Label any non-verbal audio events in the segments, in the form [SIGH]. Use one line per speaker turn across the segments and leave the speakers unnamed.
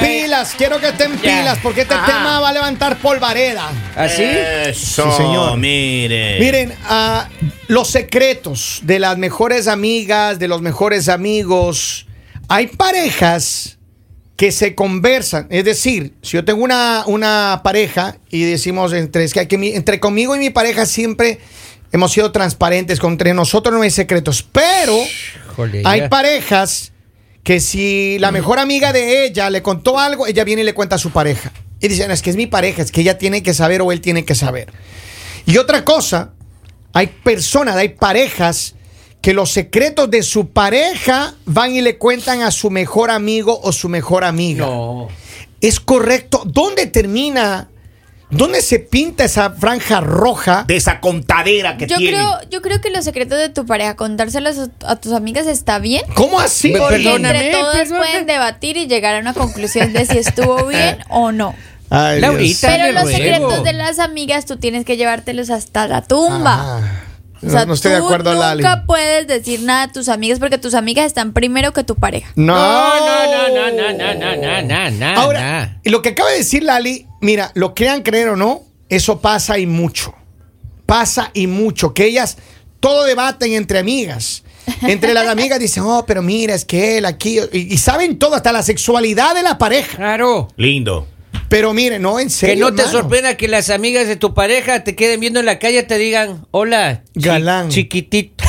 pilas, quiero que estén pilas, porque este
Ajá.
tema va a levantar polvareda.
¿Así?
Eso,
Sí, señor.
mire.
Miren, ah, los secretos de las mejores amigas, de los mejores amigos. Hay parejas que se conversan. Es decir, si yo tengo una, una pareja y decimos entre, es que hay que mi- entre conmigo y mi pareja siempre hemos sido transparentes, con- entre nosotros no hay secretos. Pero
Híjole,
hay
ya. Mm.
parejas que si la mejor amiga de ella le contó algo, ella viene y le cuenta a su pareja. Y dicen, es que es mi pareja, es que ella tiene que saber o él tiene que saber. Y otra cosa, hay personas, hay parejas que los secretos de su pareja van y le cuentan a su mejor amigo o su mejor amiga.
No.
¿Es correcto? ¿Dónde termina? ¿Dónde se pinta esa franja roja?
De esa contadera que
Yo
tiene.
creo, yo creo que los secretos de tu pareja, contárselos a, a tus amigas está bien.
¿Cómo así?
Pe-
Porque
Perdóname,
entre todos
perdóname.
pueden debatir y llegar a una conclusión de si
[LAUGHS]
estuvo bien o no.
Ay, Dios.
Laurita.
Pero
Dale,
los
ruego.
secretos de las amigas tú tienes que llevártelos hasta la tumba.
Ah,
O sea,
no, no estoy de
tú
acuerdo, Lali.
nunca puedes decir nada a tus amigas porque tus amigas están primero que tu pareja.
[LAUGHS]
No.
No, no, no, no, no, no, no, no, no.
Ahora, lo que acaba de decir Lali, mira, lo crean creer o no, eso pasa y mucho. Pasa y mucho. Que ellas todo debaten entre amigas. Entre
[LAUGHS]
las amigas dicen, oh, pero mira, es que él aquí. Y, y saben todo, hasta la sexualidad de la pareja.
Claro.
Lindo.
Pero mire, no, en
Que
serio.
no te
hermano.
sorprenda que las amigas de tu pareja te queden viendo en la calle y te digan, hola, chi-
Galán.
chiquitito.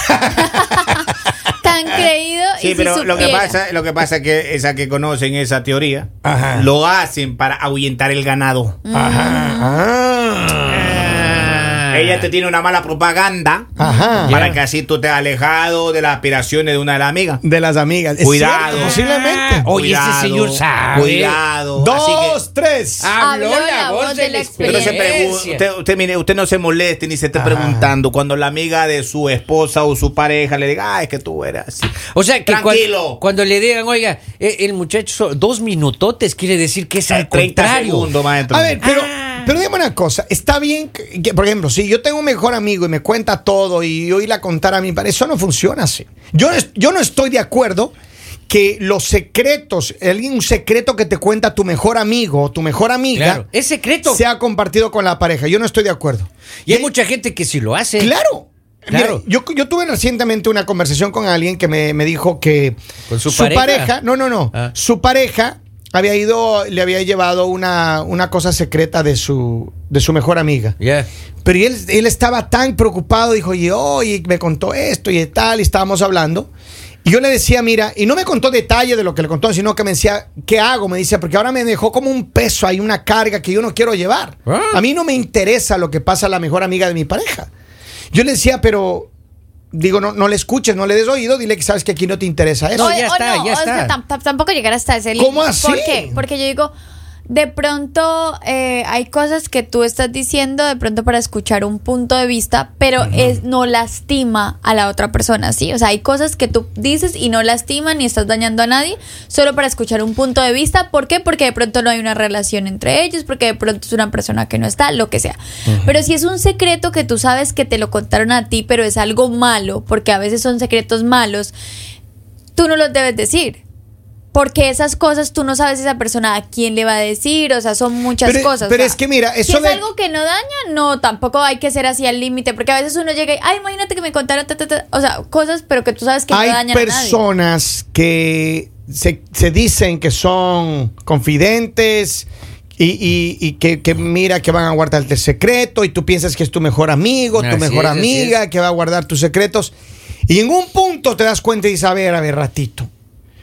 Tan creído y
Sí,
si
pero lo que,
supiera.
pasa, lo que pasa es que esa que conocen esa teoría
Ajá.
lo hacen para ahuyentar el ganado.
Mm.
Ah.
Ella te tiene una mala propaganda
Ajá.
para que así tú te has alejado de las aspiraciones de una de las amigas.
De las amigas. Es
Cuidado.
cierto, posiblemente.
Ah, Oye, ese
Cuidado,
señor sabe.
Cuidado. Así
Dos, tres.
Habló la voz de la
que- usted, no se pregun-
experiencia.
usted, usted, mire, usted no se moleste ni se esté preguntando cuando la amiga de su esposa o su pareja le diga, ah, es que tú eras así.
O sea, que cuan-
Tranquilo.
cuando, le digan, oiga, eh, el muchacho, so- dos minutotes, quiere decir que es al
30
contrario.
Eh, segundos, maestro.
A ver, pero,
Ah.
pero dime una cosa. Está bien, que, que, por ejemplo, si yo tengo un mejor amigo y me cuenta todo y yo ir a contar a mi padre, eso no funciona así. Yo, no es- yo no estoy de acuerdo que los secretos, alguien, un secreto que te cuenta tu mejor amigo o tu mejor amiga,
Claro, es secreto.
sea compartido con la pareja. Yo no estoy de acuerdo.
y hay mucha gente que sí lo hace.
Claro.
Claro.
Mira, yo, yo tuve recientemente una conversación con alguien que me, me dijo que
¿Con su pareja?
no, no, no,
Ah.
su pareja había ido, le había llevado una, una cosa secreta de su, de su mejor amiga.
Ya.
Pero él, él estaba tan preocupado, dijo, y oye, me contó esto y tal, y estábamos hablando. Y yo le decía, mira, y no me contó detalle de lo que le contó, sino que me decía, ¿qué hago? Me dice, porque ahora me dejó como un peso, hay una carga que yo no quiero llevar.
Ah.
A mí no me interesa lo que pasa a la mejor amiga de mi pareja. Yo le decía, pero digo, no, no le escuches, no le des oído, dile que sabes que aquí no te interesa eso.
No, ya está, ya
o sea,
está.
tam- tam- tampoco llegar hasta ese límite.
¿Cómo así?
¿Por qué? Porque yo digo, de pronto eh, hay cosas que tú estás diciendo de pronto para escuchar un punto de vista, pero es, no lastima a la otra persona, ¿sí? O sea, hay cosas que tú dices y no lastiman ni estás dañando a nadie solo para escuchar un punto de vista. ¿Por qué? Porque de pronto no hay una relación entre ellos, porque de pronto es una persona que no está, lo que sea. Pero si es un secreto que tú sabes que te lo contaron a ti, pero es algo malo, porque a veces son secretos malos, tú no los debes decir. Porque esas cosas tú no sabes esa persona a quién le va a decir, o sea, son muchas
Pero-
cosas.
pero
o sea,
es que mira,
si
eso
es
de-
algo que no daña, no, tampoco hay que ser así al límite, porque a veces uno llega y, ay, imagínate que me contaron, ta, ta, ta", o sea, cosas, pero que tú sabes que
hay
no dañan a nadie.
personas que se, se dicen que son confidentes y, y- y que, que mira que van a guardarte el secreto y tú piensas que es tu mejor amigo, tu
Así
mejor
es, así
amiga que va a guardar tus secretos. Y en un punto te das cuenta y dices, a ver, a ver, ratito.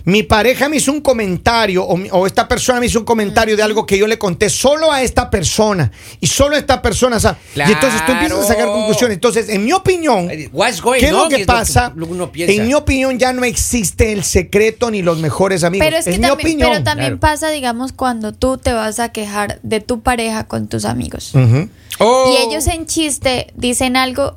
Mi pareja me hizo un comentario o, mi- o esta persona me hizo un comentario de algo que yo le conté solo a esta persona y solo a esta persona. sabe". Y entonces tú empiezas a sacar
Claro.
conclusiones. Entonces, en mi opinión,
What's going
¿Qué es lo
on?
que
Es lo que
pasa?
uno piensa.
En mi opinión ya no existe el secreto ni los mejores amigos.
Pero es que
mi
también,
opinión.
pero también
Claro.
pasa, digamos, cuando tú te vas a quejar de tu pareja con tus amigos.
Ujú.
Oh.
Y ellos en chiste dicen algo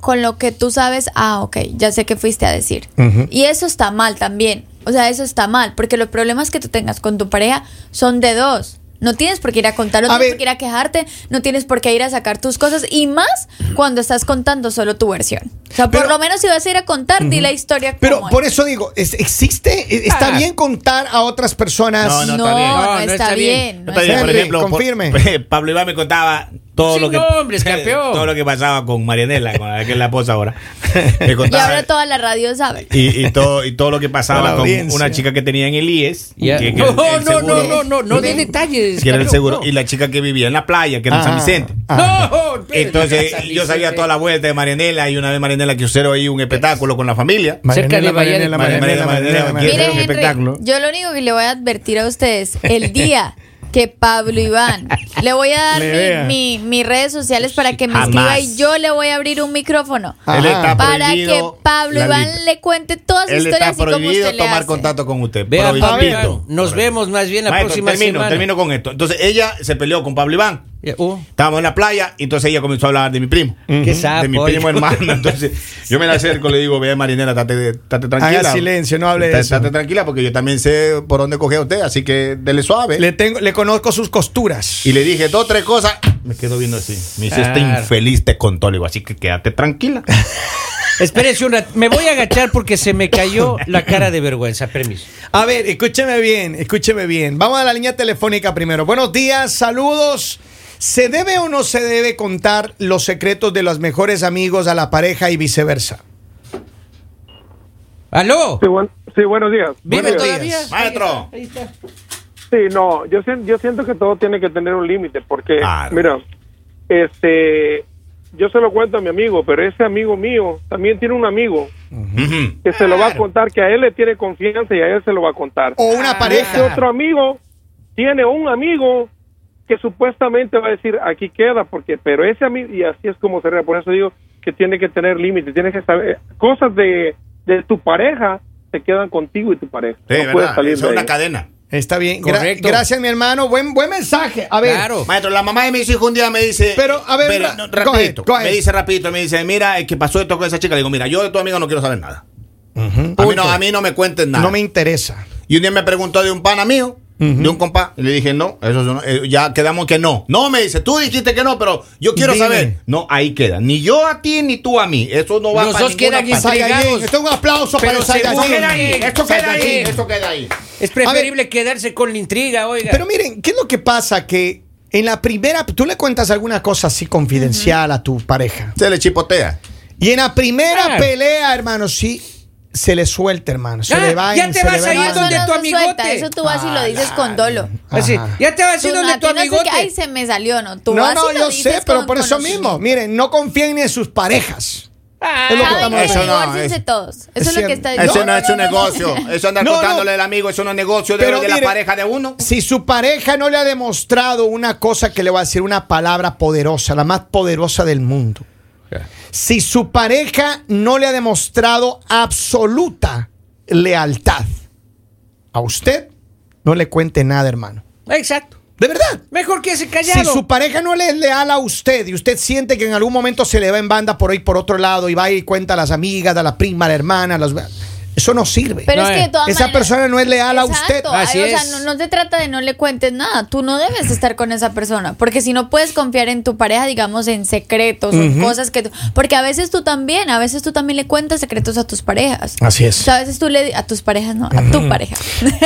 con lo que tú sabes, ah, ok, ya sé qué fuiste a decir.
Ujú.
Y eso está mal también. O sea, eso está mal, porque los problemas que tú tengas con tu pareja son de dos. No tienes por qué ir a contarlo,
A
no tienes
ver.
por qué ir a quejarte, no tienes por qué ir a sacar tus cosas y más cuando estás contando solo tu versión. O sea,
Pero-
por lo menos si vas a ir a contar, di la historia
Pero
como
por
es.
eso digo, es- existe, e- está
Ah.
bien contar a otras personas.
No,
No,
no está bien.
no
No, no
está
está bien.
bien.
No
no
está bien,
está
por
Henry,
ejemplo, por- [LAUGHS]
confirme.
Pablo Iván me contaba todo
Sin
lo que [LAUGHS]
nombres, campeón.
todo lo que pasaba con Marianela, con la que es la esposa ahora. Me
bien. Y
contaba-
ahora toda la radio sabe.
y, y todo y todo lo que
Toda la
pasaba con
audiencia.
una chica que tenía en el IES,
Ya. [LAUGHS]
que- que
No,
el-
no,
el
no,
seguro-
no, no, no de detalles.
que era el
campeón,
seguro
no.
y la chica que vivía en la playa, que era en San
Ah,
Vicente.
ah.
[LAUGHS]
[LAUGHS]
No, espérate,
Entonces
San
yo sabía
Vicente.
toda la vuelta de Marianela y una vez Marianela quiso ahí un espectáculo con la familia.
Cerca de Bahía de-
Marianela, Marianela,
Marianela,
Marianela,
Marianela,
Marianela.
Quiero
Miren,
hacer un
Henry,
espectáculo.
yo lo único que le voy a advertir a ustedes, el día que Pablo Iván, le voy a dar
Le
mi-
vea.
mi- mis redes sociales para que me
Jamás.
escriba y yo le voy a abrir un micrófono.
Ah, Ajá.
Para que
prohibido
Pablo
la
Iván
lista.
le cuente todas su
Él
historia
está
así como
prohibido
usted le
tomar
hace.
contacto con usted.
Vea,
Prohibido.
Pablo Iván, nos
Prohibido.
vemos más bien la
Maestro,
próxima
termino,
semana.
termino con esto. Entonces ella se peleó con Pablo Iván.
Ya, uh,
Estábamos en la playa y entonces ella comenzó a hablar de mi primo.
Qué
De mi
sapo.
primo
[LAUGHS]
hermano. Entonces yo me la acerco le digo, ve Marinela, estate, estate tranquila.
Haga silencio, no hable de
Estate-
eso.
Estate tranquila porque yo también sé por dónde coge a usted, así que dele suave.
Le, tengo, le conozco sus costuras.
y le dije dos, tres cosas. Me quedo viendo así. Me dice, este
Claro.
infeliz te contó. Le digo, así que quédate tranquila.
[LAUGHS]
Espérese una, me voy a agachar porque se me
[LAUGHS]
cayó la cara de vergüenza. Permiso.
A ver, escúcheme bien, escúcheme bien. Vamos a la línea telefónica primero. Buenos días, saludos. ¿Se debe o no se debe contar los secretos de los mejores amigos a la pareja y viceversa?
Aló.
Sí, buen- sí, buenos días.
Vive
Buenos
todavía.
días.
Maestro.
Ahí está. ahí está.
Sí, no, yo, sien- yo siento que todo tiene que tener un límite, porque,
Claro.
mira, este, yo se lo cuento a mi amigo, pero ese amigo mío también tiene un amigo
Ujú.
que se lo va a contar, que a él le tiene confianza y a él se lo va a contar.
O una
Ese
pareja.
otro amigo tiene un amigo que supuestamente va a decir, aquí queda, porque, pero ese amigo, y así es como se rea, por eso digo que tiene que tener límite, tienes que saber, cosas de, de tu pareja se quedan contigo y tu pareja.
Sí,
no puedes
¿verdad?
salir
Es
de
una
ahí.
cadena.
Está bien. Gra-
Correcto.
gracias, mi hermano. Buen, buen mensaje. A ver.
Claro.
Maestro, la mamá de mis hijos un día me dice.
Pero, a ver, ra-
no,
go ahead,
rapidito,
go ahead.
Me dice rapidito, me dice, mira, es que pasó esto con esa chica. Le digo, mira, yo de tu amiga no quiero saber nada. a, mí
Punto.
no, a mí no me cuentes nada.
No me interesa.
Y un día me preguntó de un pana mío, de un compa, y le dije, no, eso no- eh, ya quedamos que no. No, me dice, tú dijiste que no, pero yo quiero
Dime.
saber. No, ahí queda. Ni yo a ti, ni tú a mí. Eso no va
Los
para
dos
ninguna
quedan
parte.
Intrigados.
Saiyajin. Esto es un aplauso para
Pero
el
según-
Saiyajin.
Queda ahí,
Esto queda
Saiyajin,
ahí, esto queda ahí.
Es preferible quedarse con la intriga, oiga.
Pero miren, ¿qué es lo que pasa? Que en la primera, tú le cuentas alguna cosa así confidencial a tu pareja.
Se le chipotea.
Y en la primera
Claro.
pelea, hermano, sí, se le suelta, hermano. Se
Ah,
le va
ya te
se le
vas
va
ahí
en.
eso
donde
no
tu
se
amigote.
suelta, eso tú vas y
Ah,
lo dices con dolo.
Así,
Ajá.
Ah, ya te vas a
Tú,
ir donde tu
a ti Pues no sé
amigote.
qué, ay, se me salió, ¿no? Tú
No,
vas
no,
y lo
yo sé,
dices
pero
con
por eso
conocimiento.
mismo. Miren, no confíen ni en sus parejas.
Ah,
Es lo que
Saben
estamos
que
Eso no,
divórciense
es-
todos. Eso
es
es, lo que
cierto.
está
No,
Eso no,
no,
es un negocio. Eso andar
No, no.
contándole al amigo, eso no es negocio de,
Pero
de
mire,
la pareja de uno.
Si su pareja no le ha demostrado una cosa que le va a decir una palabra poderosa, la más poderosa del mundo. Si su pareja no le ha demostrado absoluta lealtad a usted, no le cuente nada, hermano.
Ah, Exacto.
De verdad.
Mejor que se
Si
callado.
su pareja no le es leal a usted y usted siente que en algún momento se le va en banda por ahí por otro lado y va y cuenta a las amigas, a la prima, a la hermana, a las- eso no sirve.
Pero
No,
es que
eh.
de todas
Esa
maneras-
persona no es leal a usted.
Exacto,
Así
ay, o
es.
sea, no, no se trata de no le cuentes nada. Tú no debes estar con esa persona. Porque si no puedes confiar en tu pareja, digamos, en secretos o cosas que. tú- Porque a veces tú también, a veces tú también le cuentas secretos a tus parejas.
Así es. Ah,
O sea, a veces tú le. A tus parejas, no, a
[LAUGHS]
tu pareja.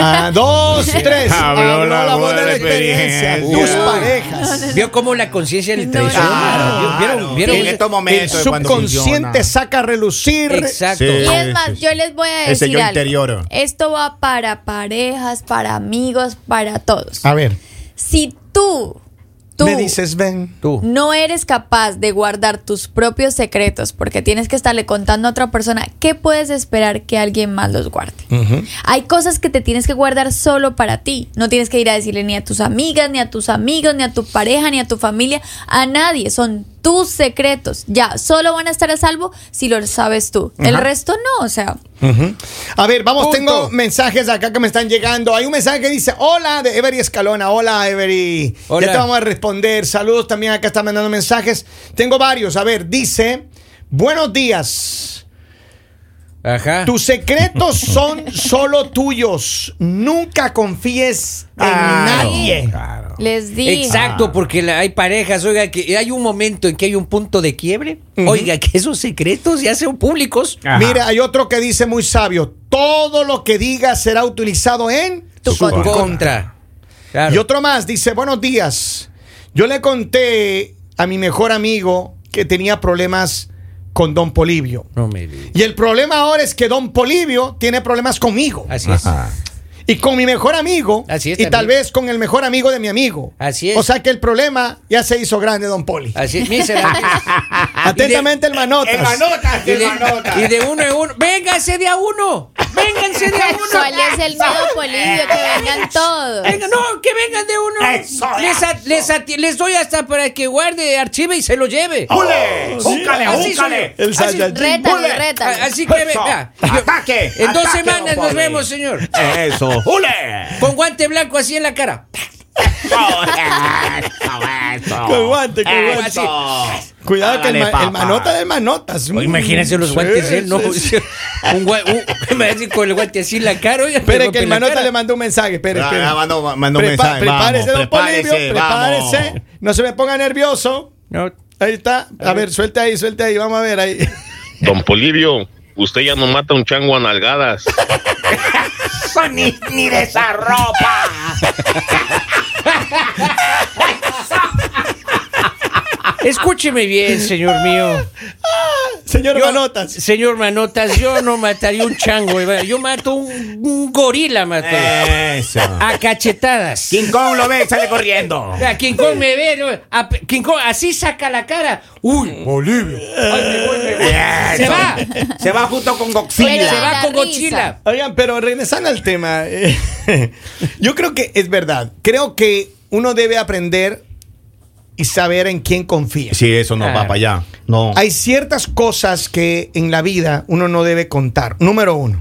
A dos, tres.
[LAUGHS] Habló la voz de la
Tus
experiencia.
parejas.
Vio cómo la conciencia le
No,
traiciona.
no.
¿Vieron? ¿Vieron?
En estos momentos
El
es cuando
subconsciente
funciona.
saca a relucir.
Exacto.
Sí.
Y
sí,
es más,
sí.
yo les voy a
Ese
decir
yo
algo.
interioro.
Esto va para parejas, para amigos, para todos.
A ver.
Si tú,
Ah.
tú
Me dices, ven.
Tú.
no eres capaz de guardar tus propios secretos porque tienes que estarle contando a otra persona, ¿qué puedes esperar que alguien más los guarde? Hay cosas que te tienes que guardar solo para ti. No tienes que ir a decirle ni a tus amigas, ni a tus amigos, ni a tu pareja, ni a tu familia, a nadie. Son tus secretos. Ya, solo van a estar a salvo si lo sabes tú. El resto no, o sea.
A ver, vamos,
Punto.
tengo mensajes acá que me están llegando. Hay un mensaje que dice, hola, de Every Escalona. Hola, Every.
Hola.
Ya te vamos a responder. Saludos también, acá están mandando mensajes. Tengo varios. A ver, dice, buenos días.
Ajá.
Tus
[LAUGHS]
secretos son solo tuyos. Nunca confíes en
Claro,
Ah,
nadie.
Claro.
Les dije.
Exacto, porque la- hay parejas, oiga, que hay un momento en que hay un punto de quiebre.
Ujú.
Oiga, que esos secretos ya son públicos.
Ajá.
Mira, hay otro que dice muy sabio: todo lo que digas será utilizado en
Tu
su
contra.
Contra. Claro.
Y otro más dice, buenos días. Yo le conté a mi mejor amigo que tenía problemas con Don Polivio.
No me digas.
Y el problema ahora es que Don Polivio tiene problemas conmigo.
Así es.
Ajá.
Y con mi mejor amigo.
Así es,
y tal
también.
vez con el mejor amigo de mi amigo.
Así es.
O sea que el problema ya se hizo grande, Don Poli.
Así es, miserable.
[LAUGHS]
Ah,
Atentamente,
eh,
el manotas.
El manotas,
Y
el
de,
manotas.
y de uno en uno. ¡Vénganse de a uno! ¡Vénganse de a uno!
¿Cuál es el miedo polillo? Que vengan todos.
Venga, no, que vengan de uno.
Eso,
les, a- les ati- les doy hasta para que guarde, archive y se lo lleve.
¡Júcale! ¡Júcale,
Así soy
júcale!
yo.
El
Así-
Saiyajin.
Rétalo,
Bullet.
rétalo.
a- Así que,
Eso.
venga.
¡Ataque!
En dos
Ataque,
semanas
don
nos
Poli.
vemos, ¿eh? señor.
Eso. ¡Jule!
Con guante blanco así en la cara.
[LAUGHS] Eso,
Que aguante, que aguante.
Eso.
Cuidado que el,
Ándale,
ma- el
papá.
manota del manotas.
Oye,
Mm,
imagínense los
sí,
guantes, ¿eh?
sí,
No,
sí.
[LAUGHS] un gua- un- [LAUGHS] me hace con el guante así en la cara. oiga,
Espere
me
que el
rompe la
manota
cara.
le mandó un mensaje. Espere,
Ah,
espere.
ah, mandó- mandó un
Prepa-
mensaje.
Prepárese,
Vamos,
don Polibio.
prepárese, vamos.
Prepárese. No se me ponga nervioso.
No,
Ahí está. A ver, suelta ahí, suelta ahí. Vamos a ver ahí. [LAUGHS]
Don Polivio, usted ya no mata un chango a nalgadas.
Eso ni, ni de esa ropa.
Escúcheme bien, señor mío.
Señor
Yo-
Manotas.
Señor Manotas, yo no mataría un chango. eh, Yo mato un, un gorila, mato.
Eso.
A cachetadas.
King Kong lo ve, sale corriendo.
A King Kong me ve, ¿no? A P- King Kong así saca la cara. Uy, Bolivia. Ay, me voy, me voy.
Eso.
Se va.
Se va junto con
Pero-
Godzilla.
Se va
la
con
risa.
Godzilla.
Oigan, pero regresando al tema. eh, [LAUGHS] yo creo que es verdad. Creo que uno debe aprender y saber en quién confía.
Sí, eso no va
Claro.
para allá. No.
Hay ciertas cosas que en la vida uno no debe contar. Número uno.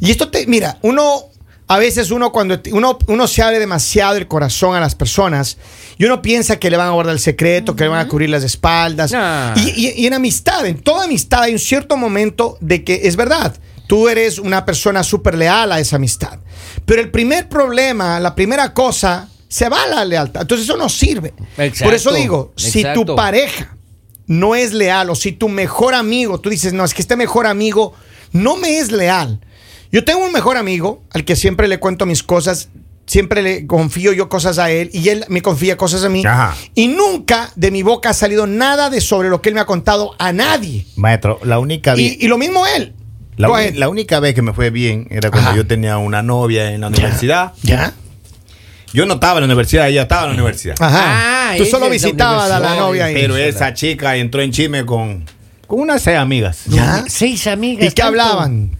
Y esto te, mira, uno, a veces uno cuando te- uno, uno se abre demasiado el corazón a las personas y uno piensa que le van a guardar el secreto, que le van a cubrir las espaldas.
Ah.
Y, y- y en amistad, en toda amistad hay un cierto momento de que es verdad. Tú eres una persona súper leal a esa amistad. Pero el primer problema, la primera cosa, se va la lealtad. Entonces eso no sirve.
Exacto,
Por eso digo, si tu
exacto.
pareja no es leal o si tu mejor amigo, tú dices, no, es que este mejor amigo no me es leal. Yo tengo un mejor amigo al que siempre le cuento mis cosas, siempre le confío yo cosas a él y él me confía cosas a mí.
Ajá.
Y nunca de mi boca ha salido nada de sobre lo que él me ha contado a nadie.
Maestro, la única vi-
Y, y lo mismo él.
La,
Con
uni-
él.
la única vez que me fue bien era cuando
Ajá.
yo tenía una novia en la universidad.
¿Ya?
Yo no estaba en la universidad, ella estaba en la universidad.
Ajá.
Ah,
Tú
ella
solo
es la
visitabas a la
universidad.
novia ahí.
Pero esa chica entró en chisme con, con unas seis amigas.
¿Ya?
Seis amigas.
¿Y qué
tanto.
hablaban?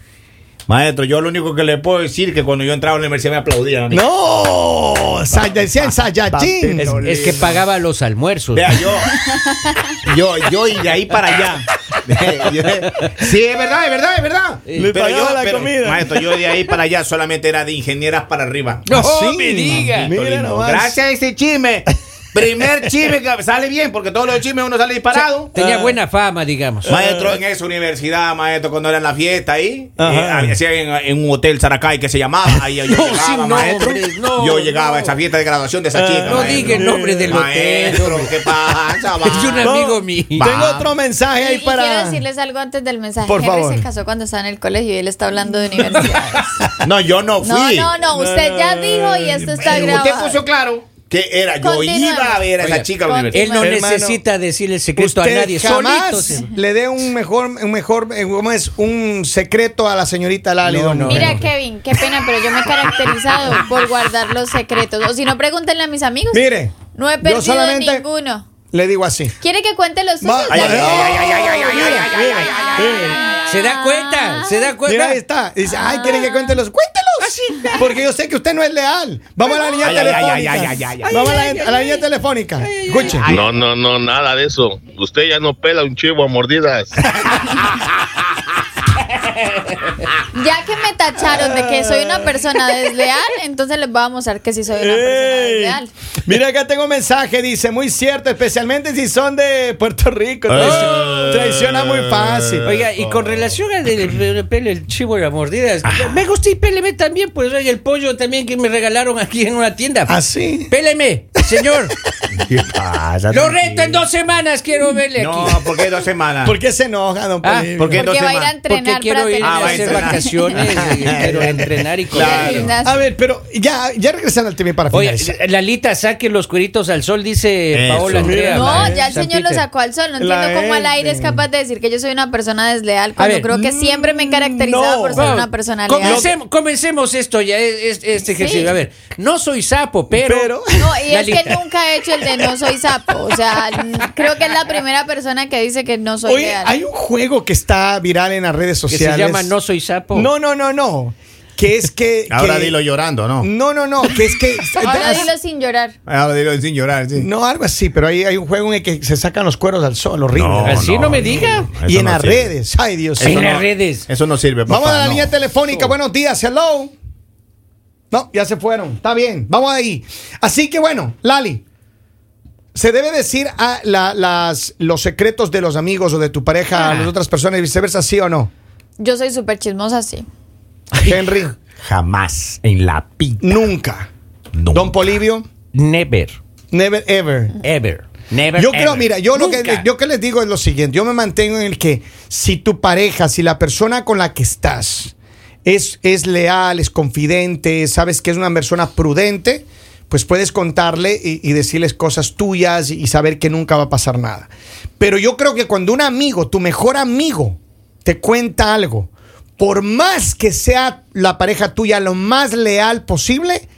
Maestro, yo lo único que le puedo decir que cuando yo entraba a la universidad me aplaudían.
No, Sa- decían Sayajin.
Es, es que pagaba los almuerzos.
Vea, yo, yo, yo y de ahí
[LAUGHS]
para allá. sí, es verdad, es verdad, es verdad.
Le pagaba la comida.
Maestro, yo de ahí para allá solamente era de ingenieras para arriba.
No
sí.
me diga.
Mira
Lindo.
nomás.
Gracias a ese chisme. Primer chisme que sale bien, porque todos los chismes uno sale disparado.
Tenía buena fama, digamos.
Maestro en esa universidad, maestro, cuando era en la fiesta ahí,
Ajá.
eh, hacía en, en un hotel Saracay que se llamaba, ahí yo
[LAUGHS] No,
llegaba,
sí, no,
maestro.
hombre, no,
yo llegaba a
no. Eh,
esa fiesta de graduación de esa chica.
no
maestro.
diga el nombre del hotel,
Maestro, ¿qué pasa?
[LAUGHS] Es un
va?
amigo mío.
Tengo
Va.
otro mensaje
Y,
ahí
y
para.
quiero decirles algo antes del mensaje.
Por
Henry
favor.
se casó cuando estaba en el colegio y él está hablando
[LAUGHS]
de universidades.
No, yo no
No,
fui.
no, no, usted ya dijo y esto está
Usted
grabado.
puso claro que era, yo
Continuemos.
iba a ver a esa
Oiga,
chica a la
con-
universidad.
Él no
Hermano,
necesita decirle el secreto
Usted
a nadie.
jamás
Solito se-
le dé un mejor, un mejor, eh, ¿cómo es? Un secreto a la señorita Lali.
No,
don
no,
Manuel.
Mira, Kevin, qué pena, pero yo me he
[LAUGHS]
caracterizado por guardar los secretos. O si no, pregúntenle a mis amigos.
Mire,
no he
yo
perdido
solamente-
ninguno.
Le digo así.
¿Quiere que cuente los suyos?
Ma-
Ay, ay,
Dale.
ay, ay, ay, ay, ay, ay,
Mira,
ay, ay,
mira,
ay, ay.
Se da cuenta, se da cuenta.
Mira, ahí está. Dice, ay, quieren
Ah.
que cuente los cuéntelos. Porque yo sé que usted no es leal. Vamos a la línea
Ay, ay,
telefónica.
ay, ay, ay, ay, ay.
Vamos a la, a la línea telefónica. Escuche.
No, no, no, nada de eso. Usted ya no pela un chivo a mordidas.
Ya que me tacharon de que soy una persona desleal, entonces les voy a mostrar que sí soy una persona
Ey.
desleal.
Mira, acá tengo un mensaje, dice, muy cierto, especialmente si son de Puerto Rico.
Ah.
Traiciona, traiciona muy fácil.
Oiga, y con relación al del del pelo, el chivo y la mordida, es que me gusta y péleme también, pues oye, el pollo también que me regalaron aquí en una tienda.
¿Ah, sí?
Péleme, señor.
¿Qué pasa?
Lo reto en dos semanas, quiero verle
No,
aquí.
¿por qué dos semanas?
¿Por qué se enoja, don
Ah,
Polibio?
¿por qué?
Porque va a ir a
Porque
Porque
entrenar
quiero
para
ir
tener
Ah,
a
va a
hacer
entrenar.
vacaciones, y quiero entrenar y
Claro.
correr.
A ver, pero ya, ya regresando al tema para
Oye, eh,
finalizar.
Lalita, saque los cueritos al sol, dice
Eso.
Paola Andrea.
No,
Mael,
ya el
San
señor lo
Peter.
sacó al sol. No
La
entiendo cómo al aire es
gente.
capaz de decir que yo soy una persona desleal cuando
ver,
creo que siempre me he caracterizado
no.
por ser
Vamos,
una persona leal.
Comencemos, comencemos esto ya, es- es- este ejercicio.
Sí.
A ver, no soy sapo, pero.
Pero-
No, y es que
Lalita.
nunca he hecho el de no soy sapo. O sea, n- creo que es la primera persona que dice que no soy
Oye,
leal.
hay un juego que está viral en las redes
[LAUGHS]
Que
sociales.
se llama No soy sapo.
No, no, no, no. Que es que.
[LAUGHS] Ahora
que-
dilo llorando, ¿no?
No, no, no. Que es que.
Ahora dilo sin llorar.
Ahora dilo sin llorar, sí.
No, algo así, pero ahí hay un juego en el que se sacan los cueros al sol, horrible.
Así no me diga.
y
Eso
en
no
las
sirve.
redes. Ay, Dios
En
mío.
las redes.
Eso no sirve, papá.
Vamos a la
no.
línea telefónica. Buenos días, hello. No, ya se fueron. Está bien, vamos ahí. Así que bueno, Lali, se debe decir a la- las, los secretos de los amigos o de tu pareja a
Ah.
las otras personas y viceversa, sí o no.
Yo soy súper chismosa, sí.
Henry,
Jamás en la pita.
nunca.
No.
Don Polivio,
Never,
never ever.
ever. Never.
Yo creo,
ever.
mira, yo lo que,
Nunca.
yo que les digo es lo siguiente, yo me mantengo en el que si tu pareja, si la persona con la que estás es, es leal, es confidente, sabes que es una persona prudente, pues puedes contarle y, y decirles cosas tuyas y saber que nunca va a pasar nada. Pero yo creo que cuando un amigo, tu mejor amigo, te cuenta algo, por más que sea la pareja tuya lo más leal posible,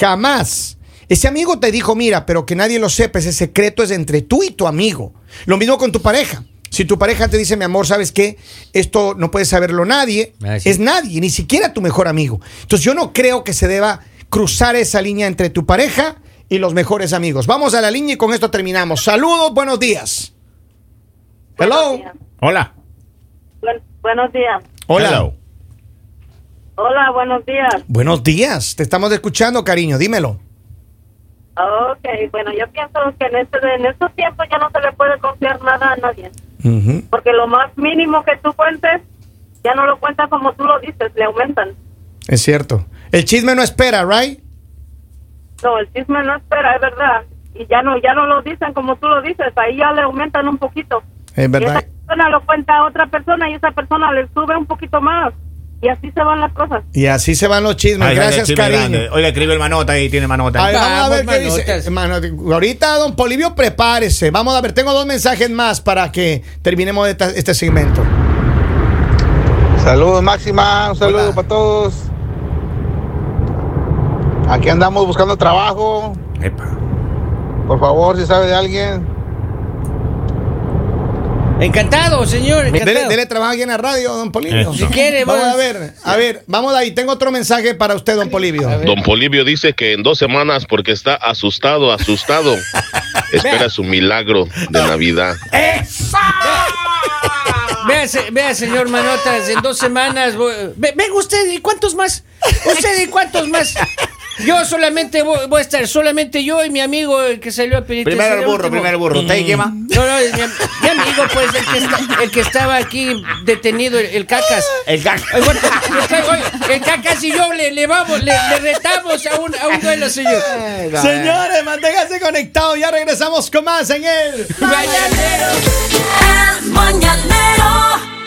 jamás. Ese amigo te dijo, mira, pero que nadie lo sepa, ese secreto es entre tú y tu amigo. Lo mismo con tu pareja. Si tu pareja te dice, mi amor, ¿sabes qué? Esto no puede saberlo nadie.
Ah, sí.
Es nadie, ni siquiera tu mejor amigo. Entonces yo no creo que se deba cruzar esa línea entre tu pareja y los mejores amigos. Vamos a la línea y con esto terminamos. Saludos, buenos días. Hello.
Buenos días.
Hola.
Buen- buenos días.
Hola.
Hello.
Hola, buenos días.
Buenos días, te estamos escuchando, cariño, dímelo.
Ok, bueno, yo pienso que en, este, en estos tiempos ya no se le puede confiar nada a nadie. Porque lo más mínimo que tú cuentes, ya no lo cuentas como tú lo dices, le aumentan.
Es cierto. El chisme no espera, ¿right?
No, el chisme no espera, es verdad. Y ya no ya no lo dicen como tú lo dices, ahí ya le aumentan un poquito.
Es
Y
verdad.
esa persona lo cuenta a otra persona y esa persona le sube un poquito más. Y así se van las cosas.
Y así se van los chismes.
Ay,
Gracias,
chisme
cariño.
grande. Oiga, escribe el manota ahí, tiene manota.
A ver, vamos a ver
Vamos,
qué dice.
manotas.
Hermano, ahorita, don Polivio, prepárese. Vamos a ver, tengo dos mensajes más para que terminemos esta- este segmento.
Saludos Máxima, un saludo
Hola.
para todos. Aquí andamos buscando trabajo.
Epa.
Por favor, si sabe de alguien.
Encantado, señor. Encantado.
Dele, dele trabajo aquí en la radio, don Polivio.
Eso. Si
quiere,
vamos
vamos.
a ver. A ver, vamos de ahí. Tengo otro mensaje para usted, don Polivio.
Don Polibio dice que en dos semanas, porque está
[LAUGHS]
asustado, asustado, espera su milagro de Navidad.
Vea, se- vea, señor Manotas, en dos semanas. voy- ve- Venga usted, ¿y cuántos más? ¿Usted y cuántos más? Yo solamente voy, voy a estar, solamente yo y mi amigo el que salió a pedir.
Primero
tercero,
el burro,
último.
primero el burro. ¿Usted y qué más?
No, no, es mi, am- mi amigo, pues, el que, está- el que estaba aquí detenido, el, el cacas.
El gato.
Ay, bueno, el, ca- oye, el cacas y yo le, le vamos, le, le retamos a un, a un duelo, señor.
Señores, manténganse conectados. Ya regresamos con más en el.
Vaya.
El Mañanero